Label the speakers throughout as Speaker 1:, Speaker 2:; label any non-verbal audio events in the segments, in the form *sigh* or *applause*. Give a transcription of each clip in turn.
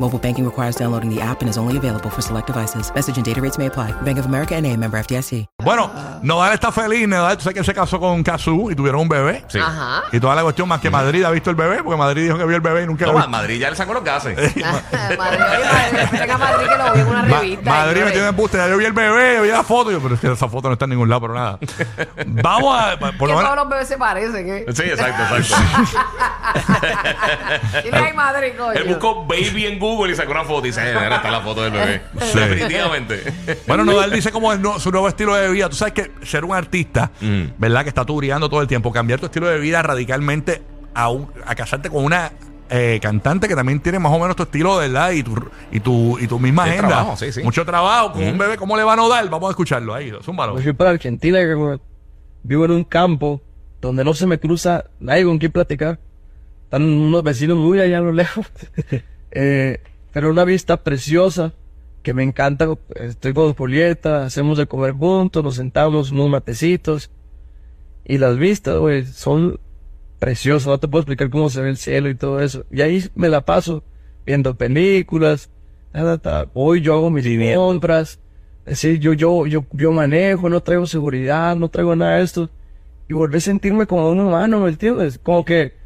Speaker 1: Mobile banking requires downloading the app and is only available for select devices. Message and data rates may apply. Bank of America and a member FDIC.
Speaker 2: Bueno, Nodal está feliz. Nodal, tú sabes que él se casó con Cazú y tuvieron un bebé.
Speaker 3: Sí.
Speaker 4: Ajá.
Speaker 2: Y toda la cuestión, más que Madrid ha visto el bebé, porque Madrid dijo que vio el bebé y nunca
Speaker 3: No,
Speaker 2: lo
Speaker 3: ma-
Speaker 2: vio.
Speaker 3: Madrid ya le sacó los gases.
Speaker 4: *laughs* Madrid, oye, Madrid, venga Madrid que lo vi en una
Speaker 2: Ma-
Speaker 4: revista.
Speaker 2: Madrid
Speaker 4: señores.
Speaker 2: me tiene embuste. Ya yo vi el bebé, yo vi la foto. Yo, pero es que esa foto no está en ningún lado, pero nada. Vamos a. Por
Speaker 4: que
Speaker 2: lo
Speaker 4: todos
Speaker 2: menos.
Speaker 4: los bebés se parecen, ¿eh?
Speaker 3: Sí, exacto, exacto.
Speaker 4: Y la hay Madrid, coño.
Speaker 3: Él buscó baby en Google y sacó una foto y dice, eh, mira, está la foto del bebé.
Speaker 2: Sí.
Speaker 3: Definitivamente.
Speaker 2: Bueno, Nodal dice como es no- su nuevo estilo de vida. Tú sabes que ser un artista,
Speaker 3: Mm.
Speaker 2: ¿verdad? Que está tureando todo el tiempo, cambiar tu estilo de vida radicalmente a, un- a casarte con una eh, cantante que también tiene más o menos tu estilo, ¿verdad? Y tu, y tu, y tu misma
Speaker 3: Y el
Speaker 2: agenda.
Speaker 3: trabajo, sí, Mm. sí.
Speaker 2: Mucho trabajo con un bebé. ¿Cómo le va a Nodal? Vamos a escucharlo ahí. Zúmbalo.
Speaker 5: Me fui para Argentina, que vivo en un campo donde no se me cruza nadie con quien platicar. Están unos vecinos muy allá a lo lejos. Eh, pero una vista preciosa que me encanta. Estoy con Julieta, hacemos de comer juntos, nos sentamos, unos matecitos. Y las vistas, güey, son preciosas. No te puedo explicar cómo se ve el cielo y todo eso. Y ahí me la paso viendo películas. ta, ta, ta. Hoy yo hago mis compras. Es decir, yo, yo, yo, yo manejo, no traigo seguridad, no traigo nada de esto. Y volví a sentirme como un humano, ¿me entiendes? Como que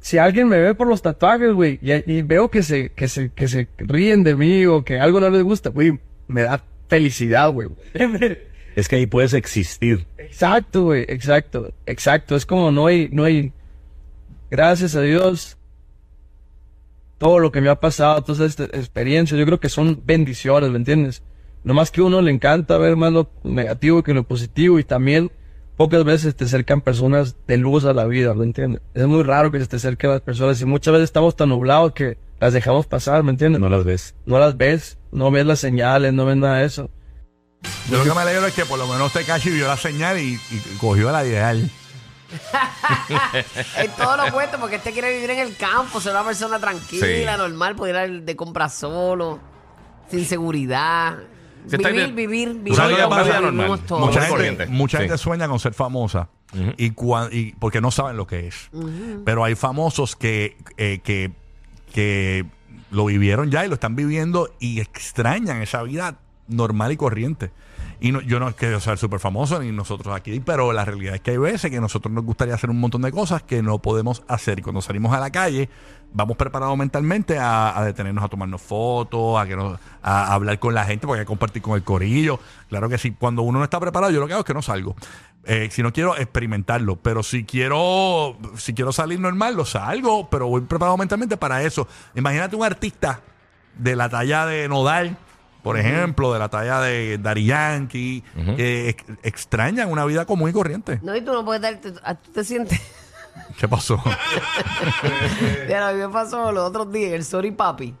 Speaker 5: si alguien me ve por los tatuajes, güey, y, y veo que se, que se, que se ríen de mí o que algo no les gusta, güey, me da felicidad, güey.
Speaker 6: Es que ahí puedes existir.
Speaker 5: Exacto, güey, exacto, exacto. Es como no hay, no hay, gracias a Dios, todo lo que me ha pasado, todas estas experiencias, yo creo que son bendiciones, ¿me entiendes? Lo más que a uno le encanta ver más lo negativo que lo positivo y también pocas veces te acercan personas de luz a la vida, ¿me entiendes? Es muy raro que se te acerquen las personas y muchas veces estamos tan nublados que las dejamos pasar, ¿me entiendes?
Speaker 6: No
Speaker 5: No,
Speaker 6: las ves.
Speaker 5: las ves, no ves las señales, no ves nada de eso.
Speaker 2: Yo lo que me alegro es que por lo menos Tekashi vio la señal y, y cogió la ideal.
Speaker 4: En todos los puestos, porque este quiere vivir en el campo, ser una persona tranquila,
Speaker 3: Sí.
Speaker 4: normal, poder ir de compra solo, sin seguridad.
Speaker 3: Se está
Speaker 4: vivir,
Speaker 3: bien.
Speaker 4: vivir, vivir,
Speaker 3: Tú sabes
Speaker 2: lo que pasa,
Speaker 4: como
Speaker 3: normal.
Speaker 4: vivimos todos.
Speaker 2: Mucha
Speaker 3: Común y
Speaker 2: gente,
Speaker 3: corriente.
Speaker 2: mucha
Speaker 3: Sí.
Speaker 2: gente sueña con ser famosa y, cua- y- porque no saben lo que es. Pero hay famosos que, eh, que, que lo vivieron ya y lo están viviendo y extrañan esa vida normal y corriente. Y no- yo no quiero ser súper famoso ni nosotros aquí, pero la realidad es que hay veces que nosotros nos gustaría hacer un montón de cosas que no podemos hacer. Y cuando salimos a la calle, vamos preparados mentalmente a, a detenernos a tomarnos fotos, a, que nos- a hablar con la gente, porque hay que compartir con el corillo. Claro que sí, cuando uno no está preparado, yo lo que hago es que no salgo. Eh, si no quiero experimentarlo, pero si quiero, si quiero salir normal, lo salgo, pero voy preparado mentalmente para eso. Imagínate un artista de la talla de Nodal, por ejemplo, de la talla de Dari Yankee, que ex- extrañan una vida común y corriente.
Speaker 4: No, y tú no puedes darte, a- tú te sientes.
Speaker 2: ¿Qué pasó? Eh.
Speaker 4: *laughs* Ya, a mí me pasó los otros días, en el Sorry Papi,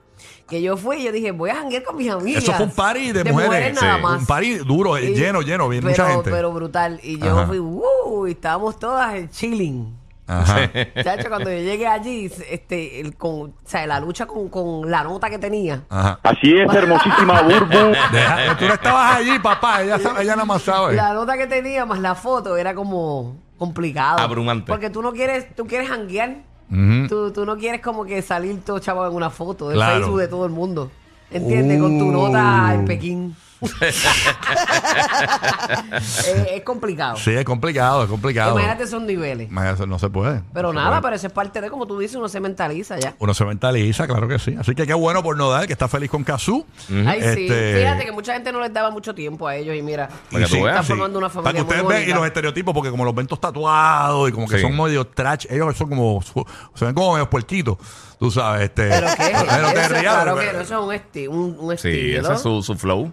Speaker 4: que yo fui y yo dije, voy a janguear con mis amigas.
Speaker 2: Eso fue un party de, mujeres.
Speaker 4: nada
Speaker 2: Sí.
Speaker 4: más.
Speaker 2: Un party duro,
Speaker 4: Y-
Speaker 2: lleno, lleno, bien,
Speaker 4: pero,
Speaker 2: mucha gente.
Speaker 4: Pero brutal. Y yo
Speaker 2: Ajá.
Speaker 4: fui, uh, y estábamos todas en chilling.
Speaker 2: Ajá.
Speaker 4: Chacho, cuando yo llegué allí, este, el, con, o sea, la lucha con, con la nota que tenía.
Speaker 2: Ajá.
Speaker 7: Así es, hermosísima Burbu.
Speaker 2: Deja- Ah, tú no estabas allí, papá.
Speaker 4: *laughs*
Speaker 2: Ella, sabe, ella nada más sabe.
Speaker 4: La nota que tenía más la foto era como complicado.
Speaker 3: Abrumante.
Speaker 4: Porque tú no quieres, tú quieres janguear.
Speaker 2: Ujú.
Speaker 4: Tú, tú no quieres como que salir todo chavo en una foto de
Speaker 2: Claro. Uh.
Speaker 4: Facebook de todo el mundo. ¿Entiendes? Con tu nota
Speaker 2: *laughs*
Speaker 4: en Pekín. *laughs* es, Eh, es complicado.
Speaker 2: Sí, es complicado, es complicado.
Speaker 4: Imagínate esos niveles.
Speaker 2: Imagínate, No se puede.
Speaker 4: Pero
Speaker 2: No se
Speaker 4: nada, pues.
Speaker 2: puede.
Speaker 4: pero eso es parte de, como tú dices, uno se mentaliza ya.
Speaker 2: Uno se mentaliza, claro que sí. Así que qué bueno por Nodal, que está feliz con Kazú.
Speaker 4: Ay, sí.
Speaker 2: Este-
Speaker 4: Fíjate que mucha gente no les daba mucho tiempo a ellos y mira.
Speaker 3: Para que tú veas,
Speaker 4: Está
Speaker 3: sí.
Speaker 4: formando una
Speaker 2: Para que
Speaker 4: familia muy
Speaker 2: ustedes vean y
Speaker 4: bonita.
Speaker 2: los estereotipos, porque como los ven todos tatuados y como que
Speaker 3: Sí.
Speaker 2: son medio trash, ellos son como, su- se ven como medio puerquitos, tú sabes, este.
Speaker 4: *laughs* Pero qué es
Speaker 2: pero te
Speaker 4: eso,
Speaker 2: rías,
Speaker 4: claro
Speaker 2: pero-
Speaker 4: que no, eso es un, esti un, un
Speaker 3: Sí,
Speaker 4: estilo
Speaker 3: ese es su, su flow.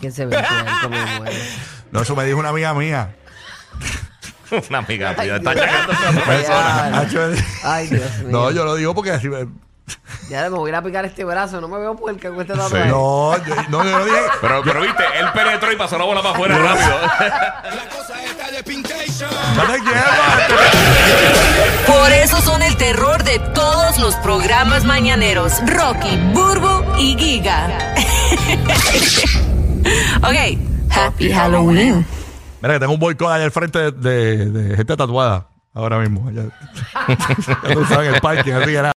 Speaker 4: que se ve bien, como
Speaker 2: *laughs*
Speaker 4: mueve.
Speaker 2: No, eso me dijo una amiga mía.
Speaker 3: *laughs* Una amiga
Speaker 4: Ay,
Speaker 3: tuya. Está
Speaker 4: Dios.
Speaker 2: Pues,
Speaker 3: *laughs*
Speaker 2: ah,
Speaker 3: achacando a otra persona.
Speaker 4: Ay, ay.
Speaker 2: *laughs* Hacho,
Speaker 4: Ay, Dios mío.
Speaker 2: No, yo lo digo porque así me-
Speaker 4: Ya me voy a ir a picar este brazo, no me veo puerca con este
Speaker 3: Sí.
Speaker 4: tatuaje.
Speaker 2: No, yo, no, yo no dije.
Speaker 3: Pero, pero viste, él penetró y pasó la bola para afuera rápido.
Speaker 2: No te quiero.
Speaker 8: Por eso son el terror de todos los programas mañaneros. Rocky, Burbo y Giga. *laughs* ok. Happy Halloween.
Speaker 2: Mira que tengo un boicot allá al frente *laughs* de, de- de gente tatuada ahora mismo. Ya, ya tú sabes, en el parking, así que nada.